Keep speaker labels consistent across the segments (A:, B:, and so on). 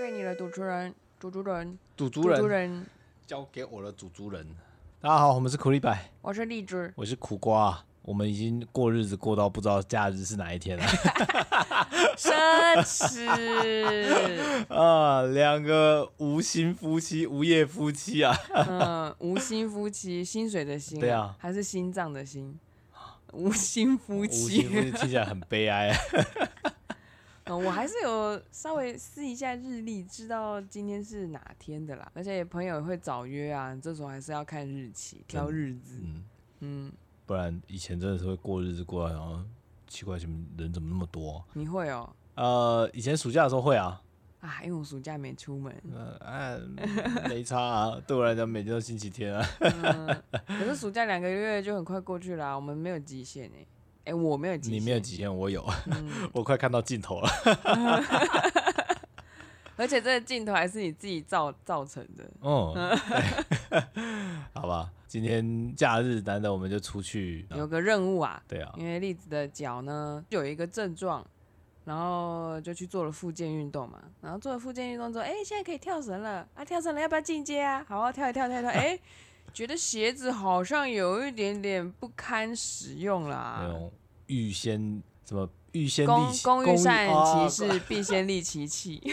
A: 位主持人，主主人，
B: 主族
A: 主主
B: 人
A: 人，
B: 交给我了，主族人。大家好，我们是苦力白，
A: 我是荔枝。
B: 我是苦瓜。我们已经过日子过到不知道假日是哪一 天了
A: 奢 侈，
B: 啊！两个无薪夫妻、无业夫妻啊，
A: 嗯，无心夫妻，薪水的薪，
B: 对啊
A: 还是心脏的心，无心夫
B: 无薪
A: 妻。
B: 夫妻听起来很悲哀啊。
A: 嗯，我还是有稍微试一下日历，知道今天是哪天的啦。而且朋友也会早约啊，这时候还是要看日期，挑日子。
B: 嗯，
A: 嗯，
B: 不然以前真的是会过日子过到，然后奇怪，怎么人怎么那么多、
A: 你会哦。
B: 呃，以前暑假的时候会啊，
A: 啊，因为我暑假没出门，
B: 呃， 哎，没差啊，对我来讲每天都星期天啊。
A: 嗯，可是暑假两个月就很快过去啦、我们没有极限哎、哎、我没有极限，
B: 你没有几天，我有，
A: 嗯，
B: 我快看到尽头了。
A: 而且这个镜头还是你自己造造成的，
B: 嗯，对 好吧，今天假日难得我们就出去，
A: 有个任务啊，
B: 对啊，
A: 因为栗子的脚呢就有一个症状，然后就去做了复健运动嘛，然后做了复健运动之后，哎、现在可以跳绳了啊，跳绳了要不要进阶啊？好啊，跳一跳，跳一跳，哎、觉得鞋子好像有一点点不堪使用啦
B: 那，种预先什么预先
A: 工
B: 立起
A: 工欲善其，
B: 啊
A: 事，必先利其器。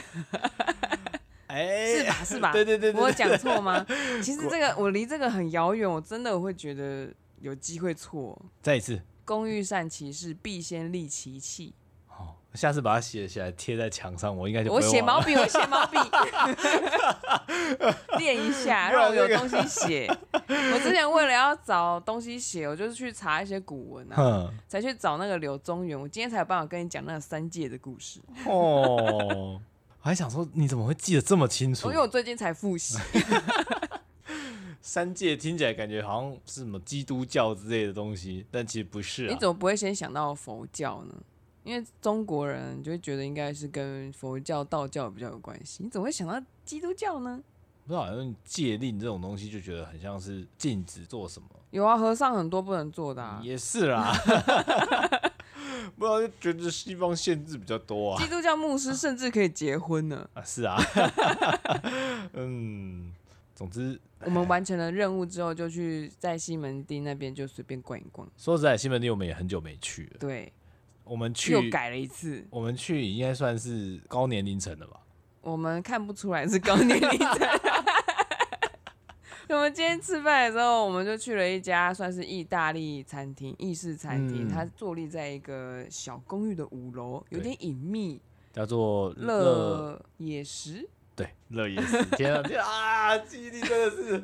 B: 哎，
A: 是吧？是吧？
B: 对对对对
A: 我有讲错 吗？其实这个我离这个很遥远，我真的会觉得有机会错。
B: 再一次，
A: 工欲善其事，必先利其器。
B: 哦，下次把它写起来贴在墙上，我应该就不
A: 我
B: 会
A: 写
B: 忘
A: 毛
B: 了
A: 笔，我写毛笔， 练一下，
B: 不
A: 让
B: 然
A: 我有东西写。我之前为了要找东西写，我就是去查一些古文啊，
B: 哼，
A: 才去找那个柳宗元。我今天才有办法跟你讲那个三界的故事，
B: 哦，我还想说你怎么会记得这么清楚
A: 哦因为？我最近才复习。
B: 三界听起来感觉好像是什么基督教之类的东西，但其实不是
A: 你
B: 啊。
A: 怎么不会先想到佛教呢？因为中国人就会觉得应该是跟佛教、道教比较有关系，你怎么会想到基督教呢？
B: 不知道，好像戒令这种东西就觉得很像是禁止做什么。
A: 有啊，和尚很多不能做的、啊。
B: 嗯也是 啦，不然就觉得西方限制比较多啊。
A: 基督教牧师甚至可以结婚呢。
B: 啊， 是啊，嗯，总之
A: 我们完成了任务之后，就去在西门町那边就随便逛一逛。
B: 说实在，西门町我们也很久没去了。
A: 对，
B: 我们
A: 又
B: 去，
A: 改了一次。
B: 我们去应该算是高年龄层的吧？
A: 我们看不出来是高年龄的。 我们今天吃饭的时候，我们就去了一家算是意大利餐厅、意式餐厅，
B: 嗯
A: 它坐立在一个小公寓的五楼，有
B: 对嗯
A: 点隐秘。
B: 叫做乐，
A: 乐野食，
B: 对，乐也是。天 啊，天啊，记忆力真的是，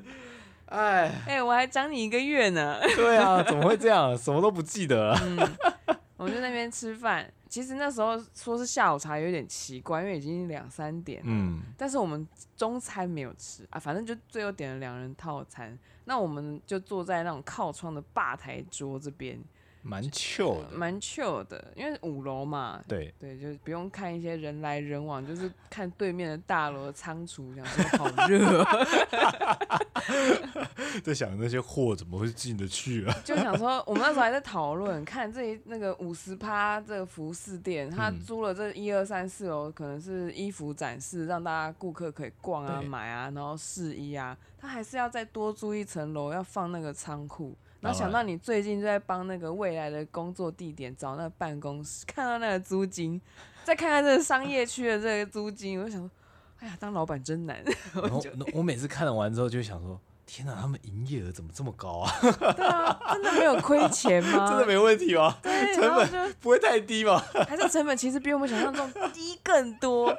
B: 哎，
A: 哎、我还讲你一个月呢。
B: 对啊，怎么会这样？什么都不记得啊 了。
A: 嗯，我们就在那边吃饭。其实那时候说是下午茶有点奇怪，因为已经两三点了。
B: 嗯，
A: 但是我们中餐没有吃啊，反正就最后点了两人套餐。那我们就坐在那种靠窗的吧台桌这边，
B: 蛮 chill 的，
A: 蛮 chill 的，因为五楼嘛。
B: 对，
A: 对，就不用看一些人来人往，就是看对面的大楼的仓储，想说好热啊，
B: 在想那些货怎么会进得去啊？
A: 就想说我们那时候还在讨论，看这一那个五十趴这个服饰店，他
B: 嗯
A: 租了这一二三四楼，可能是衣服展示，让大家顾客可以逛啊、
B: 对
A: 买啊，然后试衣啊，他还是要再多租一层楼，要放那个仓库。然后
B: 当
A: 想
B: 然
A: 到你最近就在帮那个未来的工作地点找那个办公室，看到那个租金，再看看这个商业区的这个租金，我就想说，哎呀，当老板真难。
B: 然后那我每次看完之后就想说，天哪，他们营业额怎么这么高啊？
A: 对啊，真的没有亏钱吗？
B: 真的没问题吗？
A: 对，
B: 成
A: 然后
B: 本
A: 就
B: 不会太低吧？
A: 还是成本其实比我们想象中低更多。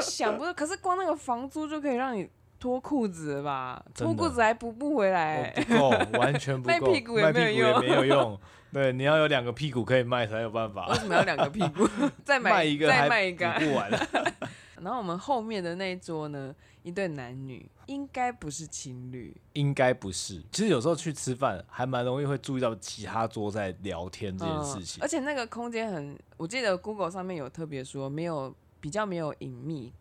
A: 想不到，可是光那个房租就可以让你脱裤子了吧？
B: 真
A: 脱
B: 的
A: 裤子还补不回来、
B: 哦不够，完全不够，
A: 哎卖屁股也
B: 卖
A: 没
B: 屁
A: 有
B: 股也没有用。对，你要有两个屁股可以卖才有办
A: 为
B: 法，
A: 什么要两个屁股？ 再买
B: 卖一个
A: 再
B: 还
A: 卖一个。
B: 补不完。
A: 然后我们后面的那一桌呢，一对男女，应该不是情侣，
B: 应该不是。其实有时候去吃饭，还蛮容易会注意到其他桌在聊天这件事
A: 嗯。
B: 情
A: 而且那个空间很，我记得 Google 上面有特别说没有。比较没有隐秘，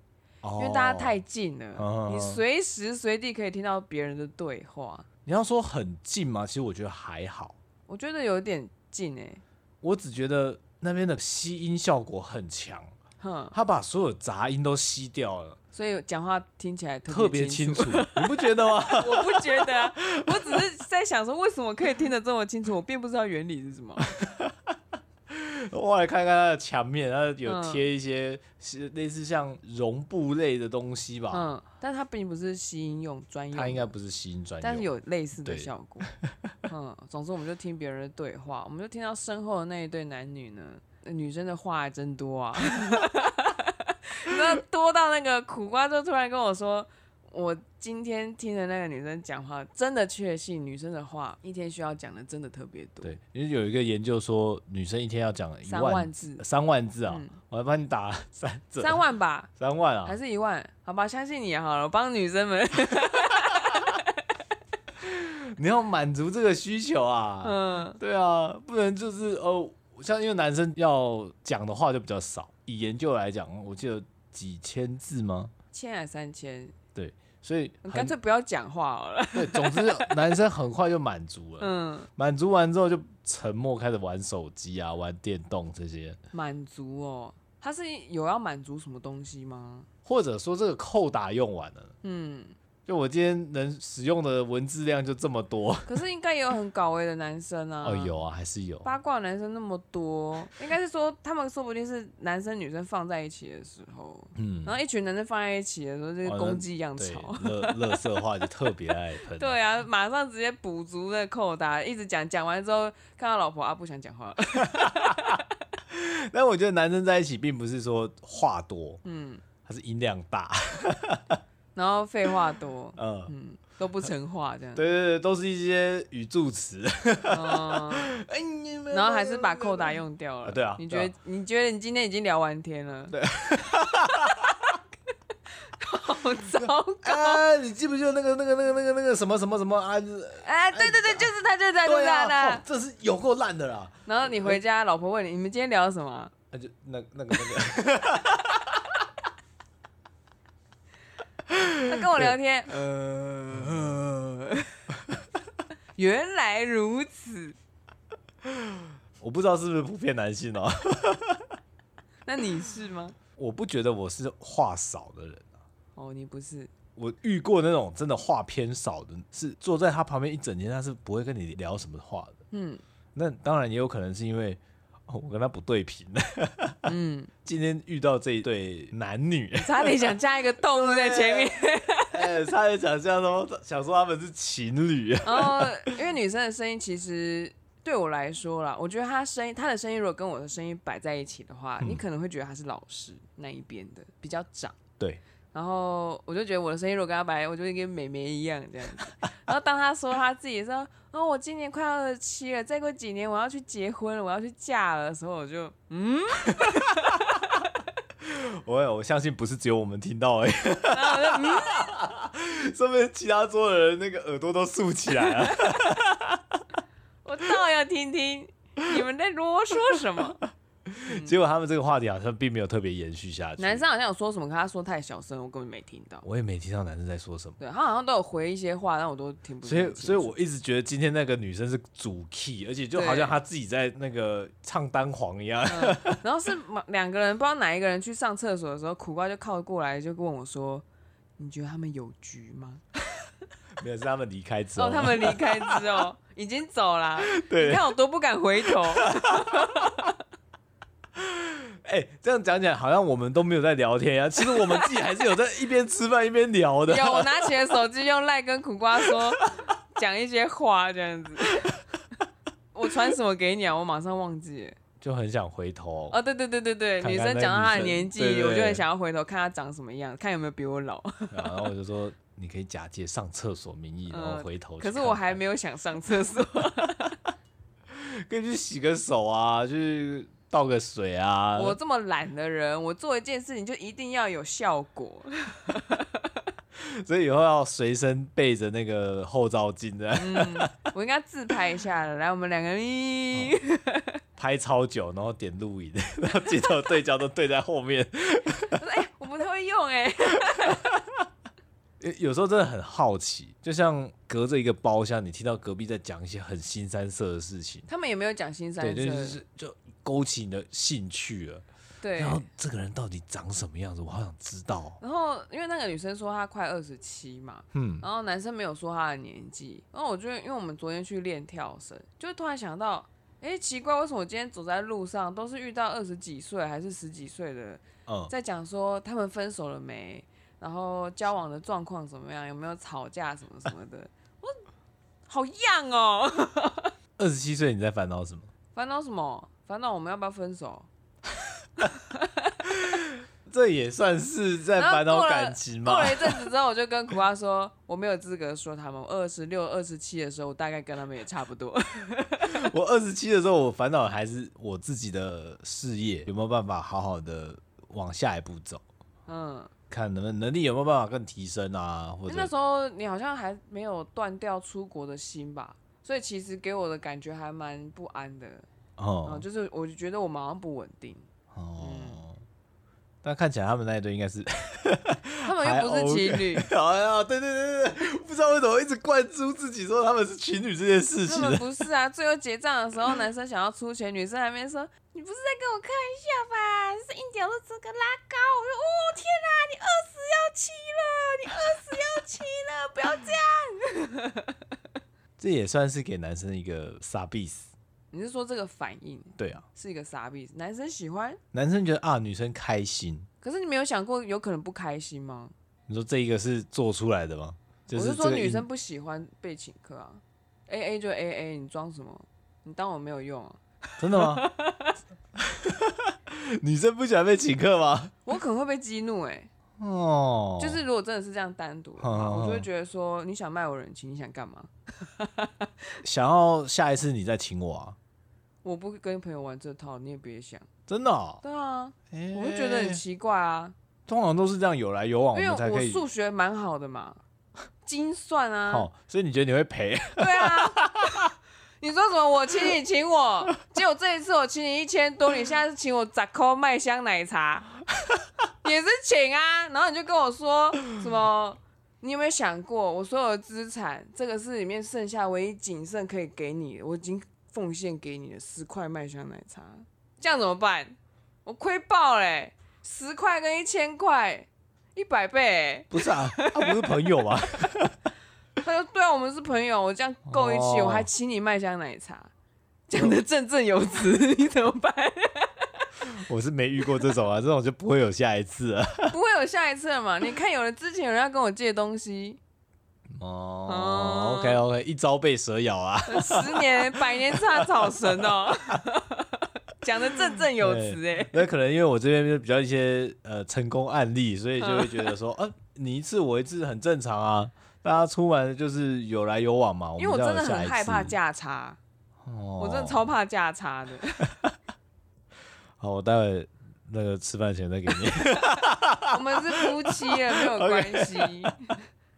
A: 因为大家太
B: 哦
A: 近了，
B: 哦
A: 你随时随地可以听到别人的对话，
B: 你要说很近吗？其实我觉得还好，
A: 我觉得有点近哎、
B: 我只觉得那边的吸音效果很强。
A: 哼，
B: 他把所有杂音都吸掉了，
A: 所以讲话听起来
B: 特别
A: 别
B: 清
A: 楚。
B: 楚，你不觉得吗？
A: 我不觉得啊、我只是在想说，为什么可以听得这么清 楚？我并不知道原理是什么。
B: 我来看看它的墙面，它有
A: 嗯
B: 贴一些是类似像绒布类的东西吧，
A: 嗯，但它并不是吸音用专用的，
B: 它啊应该不是吸音专用，
A: 但是有类似的
B: 对
A: 效果。 嗯，总之我们就听别人的对话，我们就听到身后的那一对男女呢，女生的话还真多啊， 你知道多到那个苦瓜就突然跟我说。我今天听的那个女生讲话，真的确信女生的话一天需要讲的真的特别多，
B: 对，因为有一个研究说，女生一天要讲一
A: 三万
B: 万
A: 字，
B: 三万字啊
A: 嗯，
B: 我还帮你打三折，
A: 三万吧，
B: 三万啊
A: 还，是一万？好吧，相信你好了，我帮女生们，
B: 你要满足这个需求 啊，
A: 嗯
B: 对啊，不能就是哦，像因为男生要讲的话就比较少，以研究来讲，我记得几千字吗？
A: 千还三千，
B: 所以
A: 我干
B: 很
A: 脆不要讲话好了，
B: 对，总之男生很快就满足了，
A: 嗯，
B: 满足完之后就沉默，开始玩手机啊，玩电动这些，
A: 满足哦，他是有要满足什么东西吗？
B: 或者说这个扣打用完了。
A: 嗯，
B: 就我今天能使用的文字量就这么多，
A: 可是应该也有很搞味的男生啊。
B: 哦，有啊，还是有。
A: 八卦男生那么多，应该是说他们说不定是男生女生放在一起的时候，
B: 嗯，
A: 然后一群男生放在一起的时候，就是
B: 哦那
A: 公鸡一样
B: 对，
A: 吵。
B: 乐乐色话就特别爱喷。
A: 对啊，马上直接补足那扣打，一直讲，讲完之后看到老婆啊不想讲话了，
B: 但我觉得男生在一起并不是说话多，
A: 嗯，
B: 他是音量大，
A: 然后废话多，
B: 嗯，
A: 嗯，都不成话这样，
B: 对对对，都是一些语助词。
A: 嗯，
B: 哎你们
A: 然后还是把扣打用掉了。
B: 啊对啊
A: 你觉
B: 对啊
A: 得、你觉得你今天已经聊完天了？对， 好糟糕！
B: 啊，你记不记得那个那个那个那个那个什么什么什么啊？就是
A: 哎，对对对，就是他，就是他，就是
B: 对
A: 他。
B: 啊，哦
A: 他
B: 这是有够烂的啦。
A: 然后你回家，老婆问你，你们今天聊什么？啊
B: 那就那那个那个，
A: 他跟我聊天，
B: 呃，
A: 原来如此。
B: 我不知道是不是普遍男性哦，
A: 那你是吗？
B: 我不觉得我是话少的人。
A: 哦，你不是。
B: 我遇过那种真的话偏少的，是坐在他旁边一整天，他是不会跟你聊什么话的。
A: 嗯
B: 那当然也有可能是因为、哦我跟他不对 频。
A: 嗯，
B: 今天遇到这一对男女，
A: 差点想加一个动物在前面。
B: 哎，差点想象说想说他们是情侣。
A: 然后，呃因为女生的声音其实对我来说啦，我觉得她声音，她的声音如果跟我的声音摆在一起的话，你可能会觉得她是老师那一边的，比较长。
B: 对，
A: 然后我就觉得我的声音如果跟她摆，我就会跟美眉一样这样子。然后当她说她自己说，哦，我今年快二十七了，再过几年我要去结婚了，我要去嫁了的时候，我就 嗯，
B: 我我相信不是只有我们听到而已，
A: 然后我就嗯，
B: 说不定其他桌的人那个耳朵都竖起来了。
A: 我倒要听听你们在啰嗦什么。
B: 结果他们这个话题好像并没有特别延续下去。
A: 嗯男生好像有说什么，可他说太小声，我根本没听到。
B: 我也没听到男生在说什么。
A: 对他好像都有回一些话，但我都听不
B: 所以，
A: 清楚。
B: 所以我一直觉得今天那个女生是主 key，而且就好像她自己在那个唱单簧一样。
A: 嗯然后是嘛两个人，不知道哪一个人去上厕所的时候，苦瓜就靠过来就问我说：“你觉得他们有局吗
B: 没有，是他们离开？”之
A: 然
B: 后，
A: 后哦他们离开之后已经走 了，你
B: 对，
A: 看我多不敢回头。
B: 哎、这样讲起来好像我们都没有在聊天呀、其实我们自己还是有在一边吃饭一边聊的。
A: 有我拿起了手机，用赖跟苦瓜说讲一些话这样子。我传什么给你啊？我马上忘记了。
B: 就很想回头。
A: 哦，对对对对对，
B: 看看
A: 女生
B: 那
A: 讲到
B: 女
A: 她的
B: 生
A: 年纪，
B: 对对
A: 我就
B: 对
A: 很想要回头看她长什么样，看有没有比我老。
B: 然后我就说，你可以假借上厕所名义，然
A: 嗯
B: 后回头去
A: 可
B: 看看、
A: 是我还没有想上厕所。
B: 可以去洗个手啊，去倒个水啊。
A: 我这么懒的人，我做一件事情就一定要有效果。
B: 所以以后要随身备着那个后照镜的，
A: 嗯，我应该自拍一下了。来，我们两个人，咦
B: 拍超久，然后点录影，然后镜头对焦都对在后面。
A: 我说哎、我不太会用哎、
B: 有有时候真的很好奇，就像隔着一个包厢，你听到隔壁在讲一些很新三色的事情，
A: 他们也没有讲新三
B: 对，
A: 色，
B: 就是就勾起你的兴趣了。
A: 对。
B: 然后这个人到底长什么样子，我好想知道哦、
A: 然后因为那个女生说她快二十七嘛，
B: 嗯，
A: 然后男生没有说他的年纪，然后我就因为我们昨天去练跳绳，就突然想到，哎，奇怪，为什么我今天走在路上都是遇到二十几岁还是十几岁的人
B: 嗯，
A: 在讲说他们分手了没，然后交往的状况怎么样，有没有吵架什么什么的，我好样哦，
B: 二十七岁你在烦恼什么？
A: 烦恼什么？烦恼我们要不要分手？
B: 这也算是在
A: 然后
B: 烦恼
A: 过了
B: 感情
A: 过
B: 嘛？
A: 了一阵子之后，我就跟苦瓜说，我没有资格说他们。二十六、二十七的时候，我大概跟他们也差不多。
B: 我二十七的时候，我烦恼的还是我自己的事业有没有办法好好的往下一步走，
A: 嗯，
B: 看能不能能力有没有办法更提升啊，或
A: 那
B: 者
A: 时候你好像还没有断掉出国的心吧，所以其实给我的感觉还蛮不安的。嗯、
B: 哦
A: 就是我就觉得我们好像不稳定，嗯
B: 哦，但看起来他们那一对应该是，
A: 他们又不是情侣，
B: 哎呀，对对对对对，不知道为什么一直灌输自己说他们是情侣这件 事
A: 他
B: 情
A: 们不是啊。最后结账的时候，男生想要出钱，女生还没说你不是在跟我开玩笑吧？是一点都这个拉高，我说哦天哪、你二十要七了，你二十要七了，不要这样。
B: 这也算是给男生一个傻逼死。
A: 你是说这个反应
B: 对啊，
A: 是一个傻逼，男生喜欢，
B: 男生觉得啊，女生开心，
A: 可是你没有想过有可能不开心吗？
B: 你说这一个是做出来的吗？就
A: 我是
B: 这
A: 说
B: 个
A: 女
B: 因
A: 生不喜欢被请客啊，A A 就 A A，你装什么？你当我没有用啊？
B: 真的吗？ 女生不喜欢被请客吗？
A: 我可能会被激怒哎、
B: 哦，
A: 就是如果真的是这样单独的话，
B: 哦
A: 我就会觉得说你想卖我人情，你想干嘛？
B: 想要下一次你再请我啊，
A: 我不跟朋友玩这套，你也别想。
B: 真的、哦。
A: 对啊，我
B: 我
A: 会觉得很奇怪啊，
B: 通常都是这样有来有往，
A: 因为
B: 哦们才
A: 我
B: 可以。
A: 数学蛮好的 嘛，精算啊，
B: 哦，所以你觉得你会赔？
A: 对啊。你说什么？我请你请我，结果这一次我请你一千多，你现在是请我咋扣麦香奶茶， 也是请啊。然后你就跟我说什么？你有没有想过，我所有的资产，这个是里面剩下唯一仅剩可以给你的，我已经奉献给你了十块麦香奶茶，这样怎么办？我亏爆嘞、欸十块跟一千块，一百倍、欸。
B: 不是啊，他、不是朋友啊吗？
A: 他说：“对啊，我们是朋友，我这样够一起，
B: 哦
A: 我还请你麦香奶茶，讲的振振有词， 你怎么办？
B: 我是没遇过这种啊，这种就不会有下一次了。
A: 不会有下一次了嘛？你看，有人之前有人要跟我借东西，
B: 哦，OK OK，一朝被蛇咬啊。
A: 呃十年百年差草绳哦， 讲的振振有词哎、
B: 那可能因为我这边就比较一些呃成功案例，所以就会觉 得说，呃、你一次我一次很正常啊。大家出门就是有来有往嘛，
A: 因为我
B: 们这
A: 真
B: 样
A: 的
B: 有下
A: 很
B: 一
A: 害怕
B: 次，
A: 价差，
B: 哦
A: 我真的超怕价差的。
B: 好，我待会那个吃饭前再给你。
A: 我们是夫妻了，没有关系。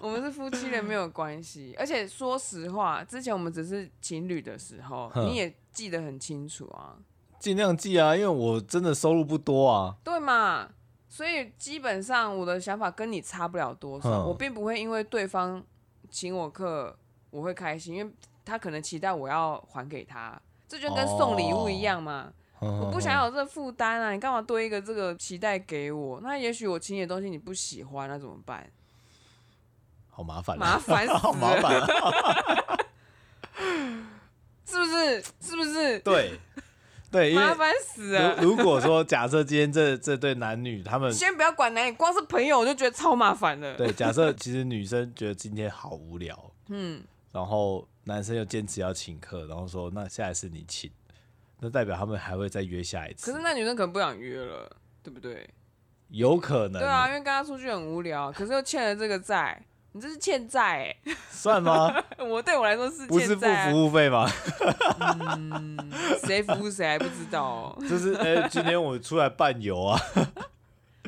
A: 我们是夫妻了，没有关系。而且说实话，之前我们只是情侣的时候，
B: 哼
A: 你也记得很清楚啊，
B: 尽量记啊，因为我真的收入不多啊。
A: 对嘛？所以基本上我的想法跟你差不了多少，
B: 哼
A: 我并不会因为对方请我客我会开心，因为他可能期待我要还给他，这就跟送礼
B: 哦
A: 物一样嘛。我
B: 我
A: 不想有这负担啊！你干嘛堆一个这个期待给我？那也许我请你的东西你不喜欢，那怎么办？
B: 好麻烦、
A: 麻
B: 啊，
A: 烦
B: 好
A: 死
B: 麻
A: 了，
B: 烦、啊。
A: 是不是？是不是？
B: 对，对，因为
A: 麻烦死了！
B: 如如果说假设今天这这对男女他们
A: 先不要管男女，光是朋友我就觉得超麻烦的。
B: 对假设其实女生觉得今天好无聊，
A: 嗯，
B: 然后男生又坚持要请客，然后说那下一次你请，那代表他们还会再约下一次，
A: 可是那女生可能不想约了，对不对？
B: 有可能
A: 对啊，因为跟她出去很无聊，可是又欠了这个债，你这是欠债
B: 算吗？
A: 哎、我对我来说是
B: 不是
A: 欠
B: 付
A: 债、啊。
B: 服务费吗？
A: 嗯，谁服务谁还不知道哦。
B: 就是哎、今天我出来伴游啊，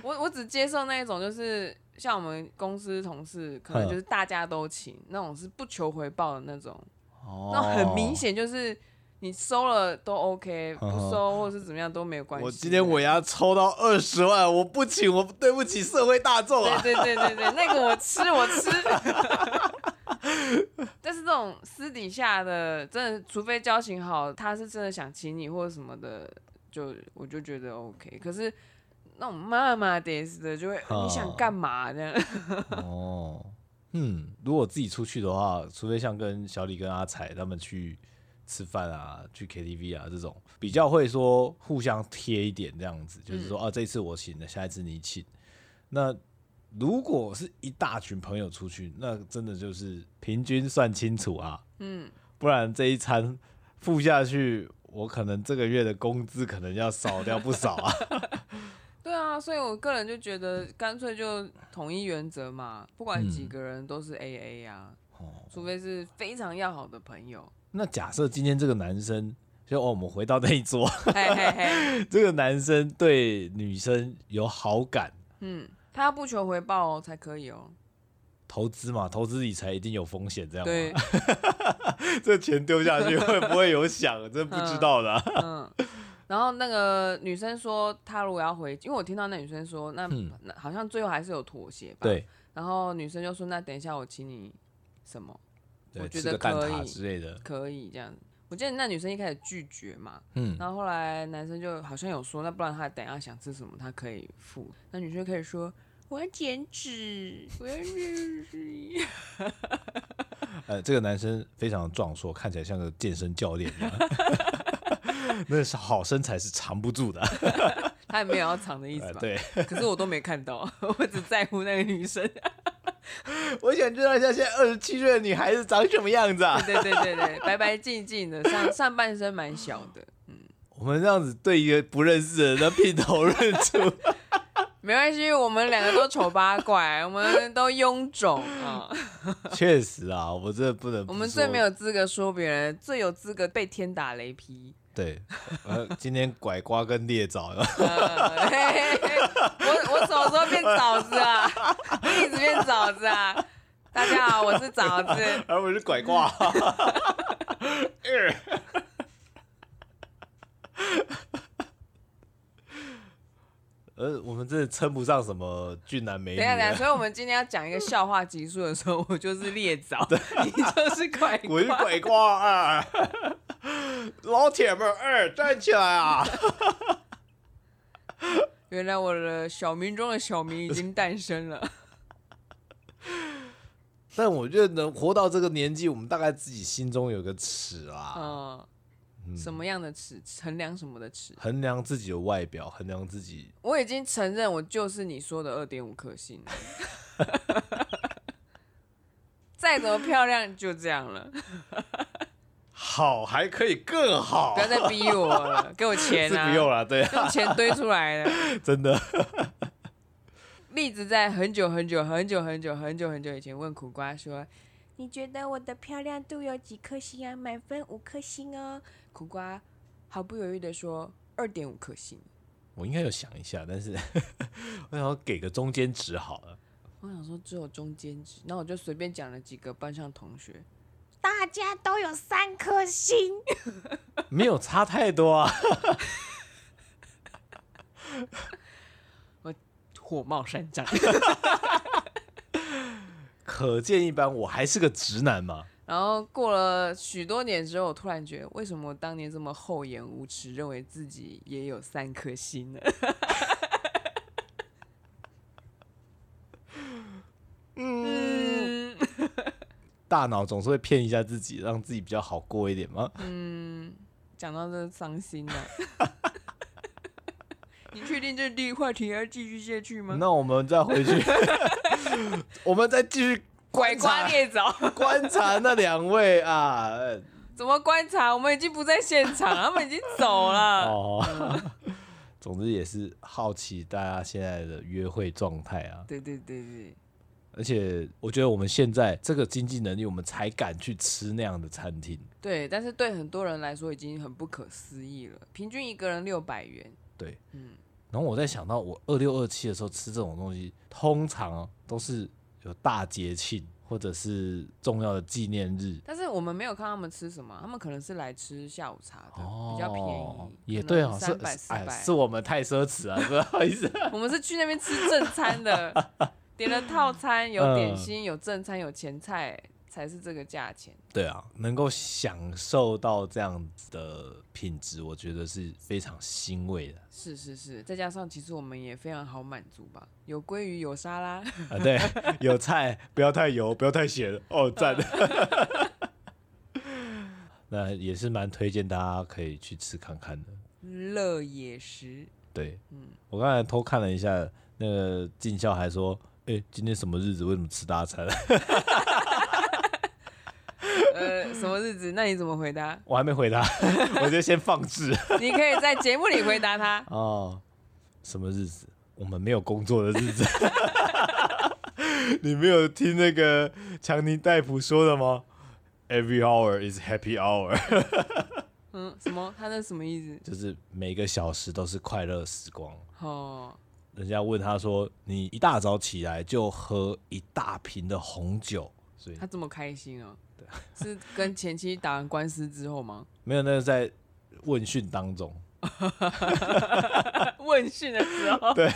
A: 我我只接受那一种，就是像我们公司同事，可能
B: 嗯
A: 就是大家都请那种是不求回报的那种，那
B: 那
A: 种很明显就是你收了都 OK，
B: 嗯
A: 不收或是怎么样都没有关系。
B: 我今天尾牙抽到二十万，我不请，我对不起社会大众啊！
A: 对对对对对，那个我吃我吃。 但是这种私底下的，真的，除非交情好，他是真的想请你或者什么的，就我就觉得 OK。可是那种妈妈的的就会、呃你想干嘛这样？
B: 哦，嗯，如果自己出去的话，除非像跟小李跟阿彩他们去吃饭啊、去 KTV 啊这种，比较会说互相贴一点这样子，就是说、啊，这一次我请的，下一次你请。那如果是一大群朋友出去，那真的就是平均算清楚啊，嗯，不然这一餐付下去，我可能这个月的工资可能要少掉不少 啊。
A: 对啊，所以我个人就觉得干脆就统一原则嘛，不管
B: 嗯
A: 几个人都是 A A 呀、
B: 哦
A: 除非是非常要好的朋友。
B: 那假设今天这个男生，就哦，我们回到那一桌，
A: 嘿嘿嘿，
B: 这个男生对女生有好感，
A: 嗯，他要不求回报哦才可以哦。
B: 投资嘛，投资理财一定有风险，这样
A: 对
B: 吗？，这钱丢下去会不会有响？真不知道的啊、
A: 嗯。然后那个女生说，她如果要回，因为我听到那女生说，那、
B: 嗯
A: 那好像最后还是有妥协吧。。
B: 对，
A: 然后女生就说，那等一下我请你什么
B: 对，
A: 我觉
B: 吃
A: 得
B: 个蛋
A: 可
B: 挞
A: 以
B: 之类的，
A: 可以这样。我记得那女生一开始拒绝嘛，
B: 嗯，
A: 然后后来男生就好像有说，那不然他等一下想吃什么，他可以付。那女生就可以说，我要减脂，我要减脂。
B: 呃，这个男生非常壮硕，看起来像个健身教练一样。 那是好身材是藏不住的，
A: 他也没有要藏的意思
B: 呃、
A: 吧？
B: 对。
A: 可是我都没看到， 我只在乎那个女生。
B: 我想知道一下，现在二十七岁的女孩子长什么样子啊？
A: 对对对对，白白净净的，上上半身蛮小的，
B: 我们这样子对一个不认识的人的劈头论足，
A: 没关系，我们两个都丑八怪，我们都臃肿啊，
B: 确实啊，我真的不能不
A: 我
B: 说。
A: 们最没有资格说别人，最有资格被天打雷劈。
B: 对，呃，今天拐瓜跟猎枣，
A: 呃嘿嘿嘿我我什么时候变枣子啊？一直变枣子啊！大家好，我是枣子。
B: 而啊我是拐瓜。 呃，我们真的称不上什么俊男美女
A: 等一下等一下，
B: 啊，
A: 所以我们今天要讲一个笑话集数的时候，我就是猎枣，你就是快
B: 我是拐瓜二， 老铁们二站起来啊！
A: 原来我的小明中的小明已经诞生 了。
B: 但我觉得能活到这个年纪，我们大概自己心中有个尺啦，
A: 嗯，什么样的尺衡量什么的尺？
B: 衡量自己的外表，衡量自己
A: 我已经承认我就是你说的二点五颗星了， 再怎么漂亮就这样了，
B: 好还可以更好
A: 不，要再逼我了，给我钱
B: 是
A: 啊！
B: 不用了，对啊，
A: 用钱堆出来的。
B: 真的。
A: 栗子在很久很久很久很久很久很久以前问苦瓜说：“你觉得我的漂亮度有几颗星啊？满分五颗星哦。”苦瓜毫不犹豫的说：“二点五颗星。
B: 我应该有想一下，但是 我想要给个中间值好了。”
A: 我想说只有中间值，那我就随便讲了几个班上同学，
C: 大家都有三颗星。
B: 没有差太多啊。
A: 火冒三丈。
B: 可见一斑，我还是个直男嘛。
A: 然后过了许多年之后，我突然觉得，为什么我当年这么厚颜无耻，认为自己也有三颗心呢？ 嗯
B: 大脑总是会骗一下自己，让自己比较好过一点嘛。
A: 嗯，讲到这伤心了。 你确定这第一话题还要继续下去吗？
B: 那我们再回去， 我们再继续
A: 拐
B: 观
A: 瓜
B: 察
A: 裂枣，
B: 观察那两位啊。呃
A: 怎么观察？我们已经不在现场，他 们已经走了。
B: 哦， 总之也是好奇大家现在的约会状态啊。
A: 对对对对，
B: 而且我觉得我们现在这个经济能力，我们才敢去吃那样的餐厅。
A: 对，但是对很多人来说已经很不可思议了。平均一个人六百元，
B: 对，
A: 嗯，
B: 然后我在想到我二六二七的时候吃这种东西，通常哦都是有大节庆或者是重要的纪念日，
A: 但是我们没有看他们吃什么，啊他们可能是来吃下午茶的，比较便
B: 哦
A: 宜，
B: 也对哦，是
A: 三百四
B: 哎，
A: 百
B: 是。 我们太奢侈了， 不好意思。
A: 我们是去那边 吃正餐的，点了套餐，有点
B: 嗯
A: 心，有正餐，有前菜，才是这个价钱。
B: 对啊，能够享受到这样子的品质，我觉得是非常欣慰的
A: 是是是，再加上其实我们也非常好满足吧，有鲑鱼，有沙拉，
B: 啊。对，有菜，不要太油，不要太咸，哦，赞。那也是蛮推荐大家可以去吃看看的。
A: 乐野食。
B: 对，我刚才偷看了一下，那个进校还说，哎、今天什么日子？为什么吃大餐？？
A: 呃，什么日子？那你怎么回答
B: 我还没回答，我就先放置。
A: 你可以在节目里回答 他。
B: 哦，什么日子？我们没有工作的日子。 你没有听那个强尼戴普说的吗？Every hour is happy hour，
A: 嗯，什么？他那什么意思？
B: 就是每个小时都是快乐时光。
A: 哦，
B: 人家问他说：“你一大早起来就喝一大瓶的红酒，所以
A: 他这么开心哦、是跟前妻打完官司之后吗？
B: 没有那个在问讯当中。
A: 问讯的时候， 对，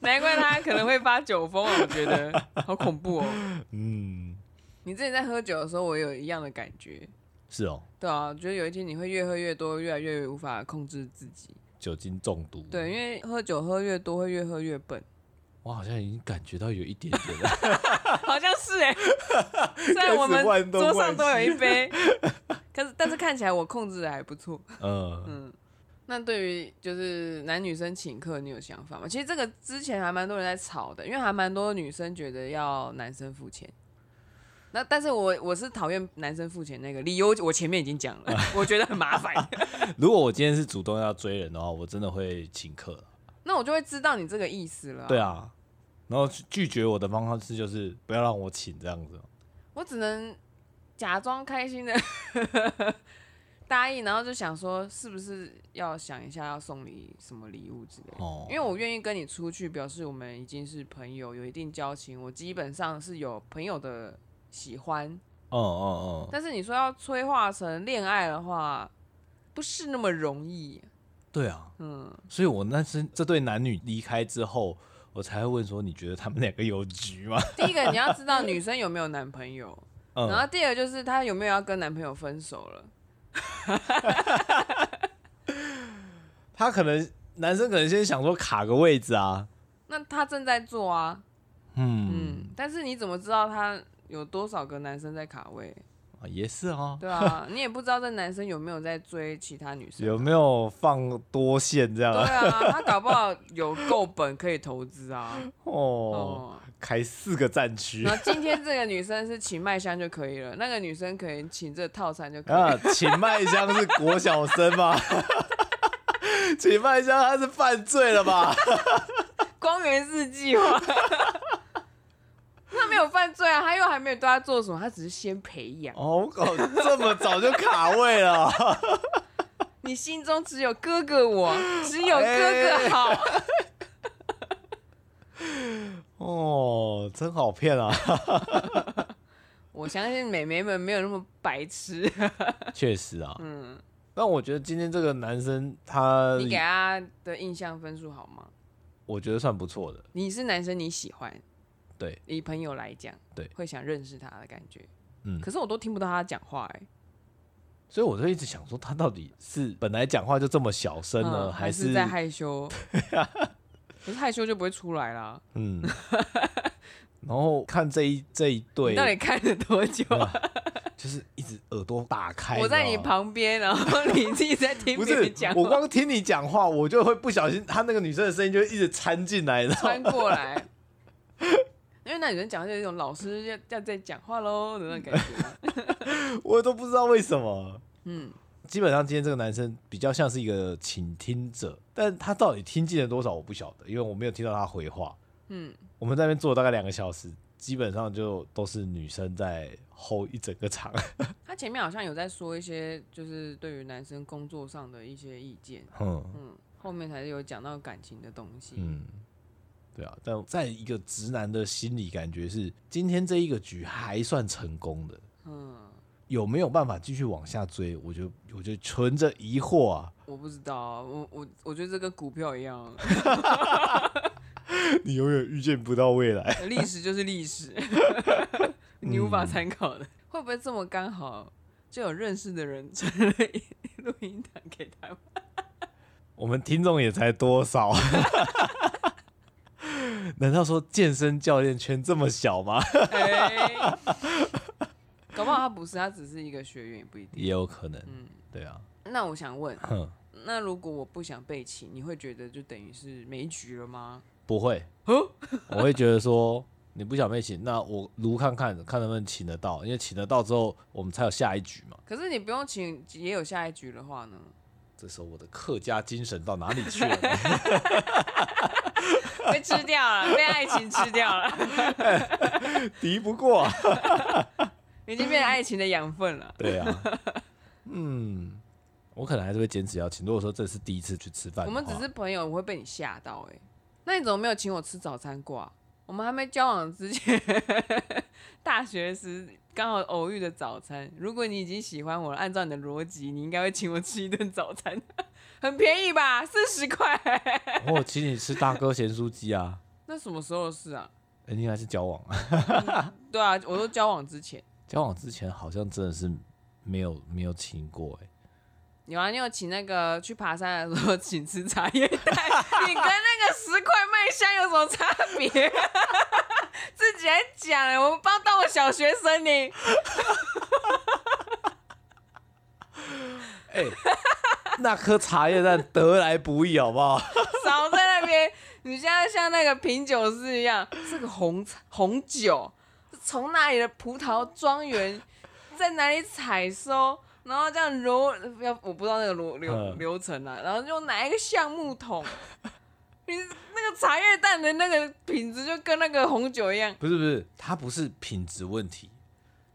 A: 难怪他可能会发酒疯啊！我觉得好恐怖哦、”
B: 嗯，
A: 你之前在喝酒的时候，我有一样的感觉。
B: 是哦，
A: 对啊，我觉得有一天你会越喝越多，越来越无法控制自己。
B: 酒精中毒。
A: 对，因为喝酒喝越多，会越喝越笨，
B: 我好像已经感觉到有一点点了。
A: 好像是哎、虽然我们
B: 开始万东
A: 桌上都有
B: 万西
A: 一 杯，可是但是看起来我控制的还不错。
B: 嗯，
A: 嗯，那对于就是男女生请客，你有想法吗？其实这个之前还蛮多人在吵的，因为还蛮多女生觉得要男生付钱。那但是我我是讨厌男生付钱那个理由，我前面已经讲 了，我觉得很麻烦。
B: 如果我今天是主动要追人的话，我真的会请客了。
A: 那我就会知道你这个意思了。
B: 对，啊，然后拒拒绝我的方式就是不要让我请这样子。
A: 我只能假装开心的 答应，然后就想说是不是要想一下要送你什么礼物之类的。
B: 哦
A: 因，为我愿意跟你出去，表示我们已经是朋友，有一定交情，我基本上是有朋友的喜欢。
B: 嗯嗯嗯，
A: 但是你说要催化成恋爱的话，不是那么容易。
B: 对啊，
A: 嗯，
B: 所以我那是这对男女离开之后，我才会问说，你觉得他们两个有局吗？
A: 第一个你要知道女生有没有男朋友， 然后
B: 嗯，
A: 第二个就是她有没有要跟男朋友分手了。
B: 他可能男生可能先想说卡个位置啊，
A: 那她正在做啊，
B: 嗯，
A: 嗯，但是你怎么知道她有多少个男生在卡位？
B: 啊也是哦，
A: 对 啊，你也不知道这男生有没有在追其他女生啊。
B: 有没有放多线这样
A: 对
B: 啊？
A: 啊，他搞不好有够本可以投资啊。
B: 哦，
A: 哦，
B: 开四个战区
A: 然后今天这个女生是请麦香就可以了，那个女生可以请这套餐就可以了。
B: 啊，秦麦香是国小生吗？ 秦麦香他是犯罪了吧？
A: 光源日计划， 他没有犯罪啊，他又还没有对他做什么，他只是先培养。
B: 哦，哦这么早就卡位了，
A: 你心中只有哥哥我，只有哥哥好。
B: 哦，真好骗啊！
A: 我相信美眉们没有那么白 痴。
B: 确实啊，
A: 嗯，
B: 但我觉得今天这个男生他，
A: 你给他的印象分数好吗？
B: 我觉得算不错的，
A: 你是男生，你喜欢，
B: 对，
A: 以朋友来讲，
B: 对
A: 会想认识他的感觉。
B: 嗯
A: 可是我都听不到他讲话、哎。
B: 所以我就一直想说，他到底是本来讲话就这么小声呢，
A: 嗯
B: 还
A: 还
B: 是
A: 在害羞？可是害羞就不会出来啦。
B: 嗯？然后看这一这一对啊
A: 你，到底看了多 久？
B: 就是一直耳朵打开，
A: 我在你
B: 知道吗。
A: 旁边，然后你自己在听
B: 啊不
A: 别
B: 是
A: 人讲，
B: 我
A: 话，
B: 光听你讲话，我就会不小心，他那个女生的声音就会一直掺进来，然后
A: 穿过来。 因为那女人讲话就有一种老师要要在讲话喽的那种感觉。
B: 我都不知道为什么。
A: 嗯，
B: 基本上今天这个男生比较像是一个倾听者，但他到底听进了多少我不晓得，因为我没有听到他回话。
A: 嗯，
B: 我们在那边坐了大概两个小时，基本上就都是女生在 hold 一整个场。
A: 他前面好像有在说一些，就是对于男生工作上的一些意见。
B: 嗯
A: 嗯，后面才有讲到感情的东西。
B: 嗯，对啊，但在一个直男的心理感觉是，今天这一个局还算成功的，
A: 嗯，
B: 有没有办法继续往下追？我就我就存着疑惑啊。
A: 我不知道啊，我我我觉得这跟股票一样，
B: 你永远预见不到未来。嗯
A: 历史就是历史，你无法参考的。会不会这么刚好就有认识的人传了一录音档给他 们？
B: 我们听众也才多 少？难道说健身教练圈这么小 吗？
A: 哎搞不好他不是，他只是一个学员，也不一定。
B: 也有可能，
A: 嗯，
B: 对啊，
A: 那我想问，
B: 哼，
A: 那如果我不想背弃，你会觉得就等于是没局了吗？
B: 不会， 我会觉得说你不想被请，那我撸看看看能不能请得到，因为请得到之后，我们才有下一局嘛。
A: 可是你不用请，也有下一局的话呢？
B: 这时候我的客家精神到哪里 去了？
A: 被吃掉了，被爱情吃掉了，
B: 敌不过啊、
A: 已经变成爱情的养分了。
B: 对啊，嗯，我可能还是会坚持要请。如果说这是第一次去吃饭
A: 我
B: 的话，
A: 们只是朋友，我会被你吓到哎、那你怎么没有请我吃早餐过啊？我们还没交往之前， 大学时刚好偶遇的早餐。如果你已经喜欢我了，按照你的逻辑，你应该会请我吃一顿早餐， 很便宜吧，四十块。
B: 我有请你吃大哥咸酥鸡啊，
A: 那什么时候的事啊？
B: 哎应该是交往啊，
A: 对啊，我都交往之前
B: 交往之前好像真的是没有没有请过哎、
A: 有啊，你有请那个去爬山的时候请吃茶叶蛋，你跟那个十块麦香有什么差别？ 自己还讲欸，我们帮当我小学生呢。
B: 哎、那颗茶叶蛋得来不易，好不好？
A: 少在那边。你现在像那个品酒师一样，这个红茶红酒是从哪里的葡萄庄园，在哪里采收，然后这样揉，要我不知道那个流流
B: 嗯
A: 流程啊，然后用哪一个橡木桶，你那个茶叶蛋的那个品质就跟那个红酒一样。
B: 不是不是，它不是品质问题，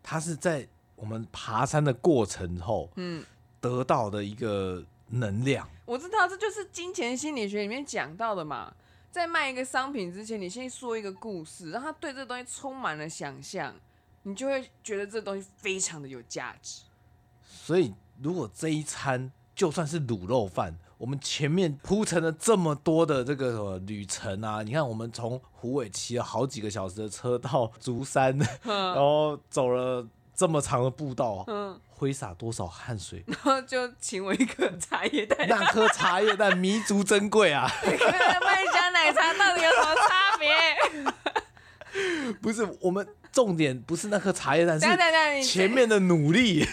B: 它是在我们爬山的过程后
A: 嗯，
B: 得到的一个能量。
A: 我知道这就是金钱心理学里面讲到的嘛。在卖一个商品之前，你先说一个故事，让他对这东西充满了想象，你就会觉得这东西非常的有价值。
B: 所以，如果这一餐就算是卤肉饭，我们前面铺陈了这么多的这个什么旅程啊，你看我们从虎尾骑了好几个小时的车到竹 山，然后走了这么长的步道，
A: 嗯，，
B: 挥洒多少汗水
A: 然后就请我一个茶叶蛋，
B: 那颗茶叶蛋弥足珍贵啊！
A: 跟那个麦香奶茶到底有什么差别？
B: 不是，我们重点不是那颗茶叶蛋，
A: 等一下
B: 是
A: 等一下，你
B: 前面的努力。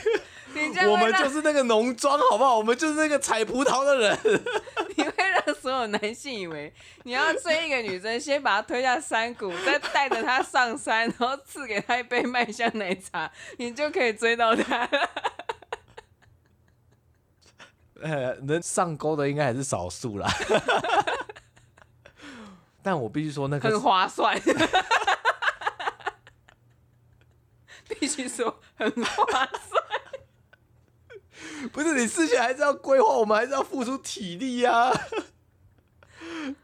A: 你这样
B: 我
A: 会
B: 们就
A: 让
B: 是那个农庄，好不好？我们就是那个采葡萄的人。
A: 你会让所有男性以为你要追一个女生，先把她推下山谷，再带着她上山，然后赐给她一杯麦香奶茶，你就可以追到她了。
B: 呃，能上钩的应该还是少数啦。 但我必须说，那
A: 很
B: 个
A: 划算，必须说很划算。
B: 不是你事前还是要规划，我们还是要付出体力啊，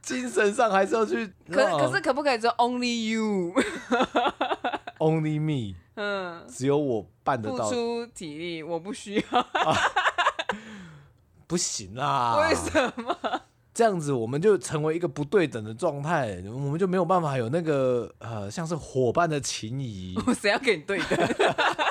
B: 精神上还是要去。
A: 可可是可不可以说 only you？
B: ，Only me，
A: 嗯，
B: 只有我办得
A: 付
B: 到，
A: 出体力我不需要，
B: 不行啊！
A: 为什么？
B: 这样子我们就成为一个不对等的状态，我们就没有办法有那个呃，像是伙伴的情 谊，
A: 我谁要跟你对的？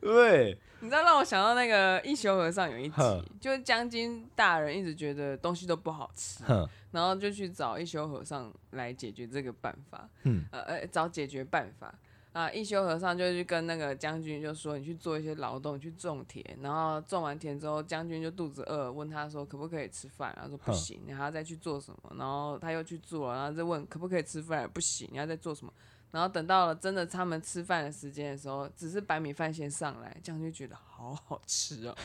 B: 对，
A: 你知道让我想到那个一休和尚有一
B: 哼
A: 集，就是江津大人一直觉得东西都不好吃，
B: 哼，
A: 然后就去找一休和尚来解决这个办法。
B: 嗯，
A: 呃呃，找解决办法啊。一休和尚就去跟那个将军就说：“你去做一些劳动，去种田。”然后种完田之后，将军就肚子饿，问他说：“可不可以吃饭？”啊他说：“不
B: 哼
A: 行，你还要再去做什么？”然后他又去做了，然后再问：“可不可以吃饭？”不行，你要再做什么？然后等到了真的他们吃饭的时间的时候，只是白米饭先上来，将军觉得好好吃哦。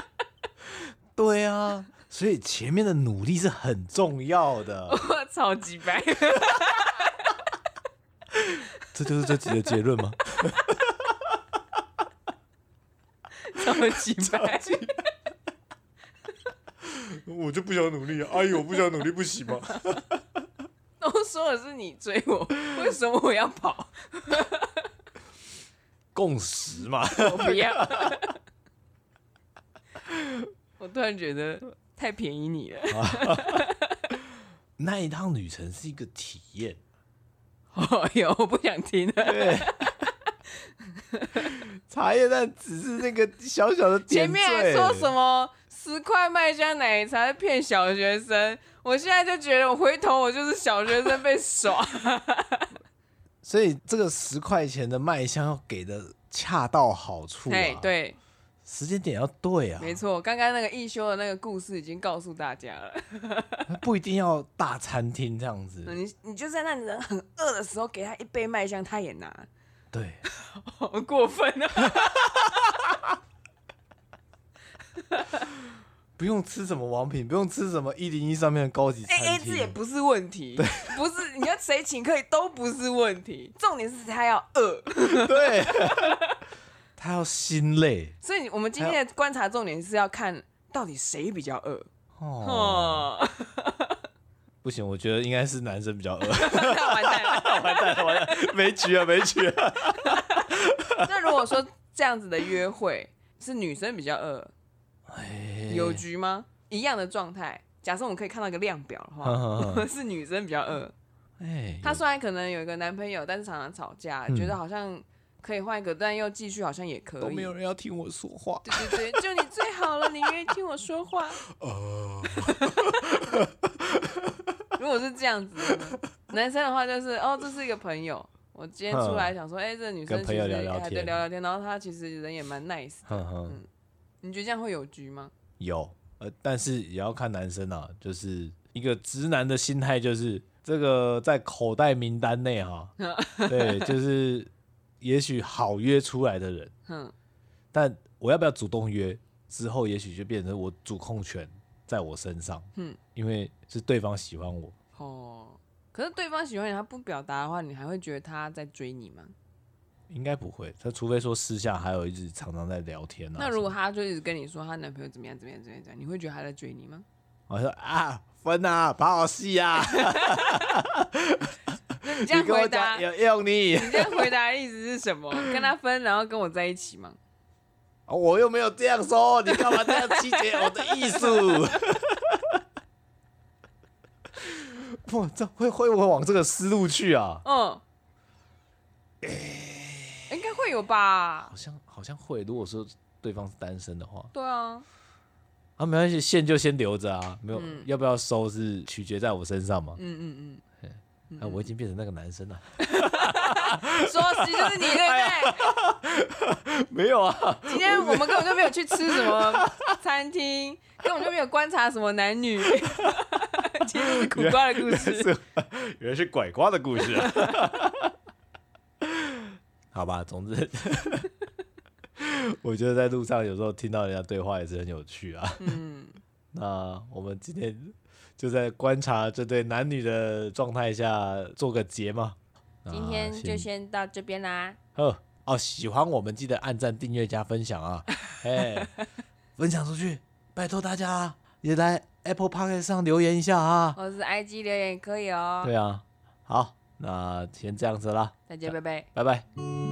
B: 对啊，所以前面的努力是很重要的，
A: 超级白，
B: 这就是这集的结论吗？
A: 超级白，
B: 我就不想努力，啊阿姨，我不想努力不行吗？
A: 都说的是你追我，为什么我要跑？
B: 共识嘛，
A: 我不要。 我突然觉得太便宜你了，
B: 那一趟旅程是一个体验，
A: 哎呦，我不想听了。
B: 对，茶叶蛋只是那个小小的点
A: 前面还
B: 缀
A: 说什么十块麦香奶茶骗小学生，我现在就觉得我回头我就是小学生被 耍。
B: 所以这个十块钱的麦香要给的恰到好处、啊，
A: 哎，，对，
B: 时间点要对啊，
A: 没错，刚刚那个一休的那个故事已经告诉大家 了。
B: 不一定要大餐厅这样子，
A: 你你就在那里人很饿的时候给他一杯麦香，他也拿，
B: 对，
A: 好过分啊！
B: 不用吃什么王品，不用吃什么一零一上面的高级餐
A: A A
B: 厅，
A: 制也不是问题， 不是你要谁请客都不是问题，重点是他要饿。
B: 对， 他要心累
A: 所以我们今天的观察重点是要看到底谁比较饿。
B: 哦，
A: 哦，
B: 不行，我觉得应该是男生比较饿，
A: 完蛋了。
B: 完蛋了，完蛋了，没局啊，没局啊，
A: 那如果说这样子的约会是女生比较饿，
B: 哎
A: 有局吗？一样的状态。假设我们可以看到一个量表的话，
B: 嗯
A: 是女生比较饿。
B: 哎，
A: 她虽然可能有一个男朋友，但是常常吵架，
B: 嗯
A: 觉得好像可以换一个，但又继续好像也可以。
B: 都没有人要听我说话，
A: 对对对，就你最好了，你愿意听我说话。
B: 哦
A: 如果是这样子的呢，男生的话就是哦，这是一个朋友。我今天出来想说，哎、这个女生
B: 嗯跟
A: 其
B: 朋
A: 实
B: 友聊聊
A: 哎
B: 天
A: 对聊聊天，然后她其实人也蛮 nice 的。
B: 哼哼。
A: 你觉得这样会有局吗？
B: 有，呃，但是也要看男生啊，就是一个直男的心态，就是这个在口袋名单内 哈，对，就是也许好约出来的人，
A: 哼，
B: 但我要不要主动约，之后也许就变成我主控权在我身上，
A: 嗯
B: 嗯，因为是对方喜欢我，
A: 哦，可是对方喜欢你，他不表达的话，你还会觉得他在追你吗？
B: 应该不会，他除非说私下还有一直常常在聊天啊什么的，
A: 那如果他就一直跟你说她男朋友怎么样怎么样怎么样怎么样，你会觉得他在追你吗？
B: 我说啊分啊把我戏啊，
A: 那 你这
B: 你
A: 样
B: 跟我
A: 回答
B: 讲，有用你，
A: 你这样回答的意思是什么？跟他分，然后跟我在一起吗？
B: 哦我又没有这样说，你干嘛这样曲解我的艺 术？不，这会会不会往这个思路去啊？
A: 嗯，应该会有吧
B: 好？像好像会。如果说对方是单身的话，
A: 对啊，
B: 啊，没关系，线就先留着啊，没有、
A: 嗯
B: 要不要收是取决在我身上嘛。
A: 嗯嗯
B: 啊，我已经变成那个男生了，
A: 嗯，说其实就是你对不对？
B: 没有啊，
A: 今天我们根本就没有去吃什么餐厅，根本就没有观察什么男女，其实是苦瓜的故事。
B: 原来是拐瓜的故事、啊。 好吧，总之， 我觉得在路上有时候听到人家对话也是很有趣啊。
A: 嗯，
B: 那我们今天就在观察这对男女的状态下做个结嘛。
A: 今天
B: 那
A: 就先到这边啦。
B: 哦哦，喜欢我们记得按赞、订阅、加分 享啊！哎，分享出去，拜托大家啊也来 Apple Park 上留言一下啊！
A: 或者是 IG 留言也可以哦。
B: 对啊，好，那先这样子啦，
A: 大家拜拜。
B: 拜拜。
C: 拜拜。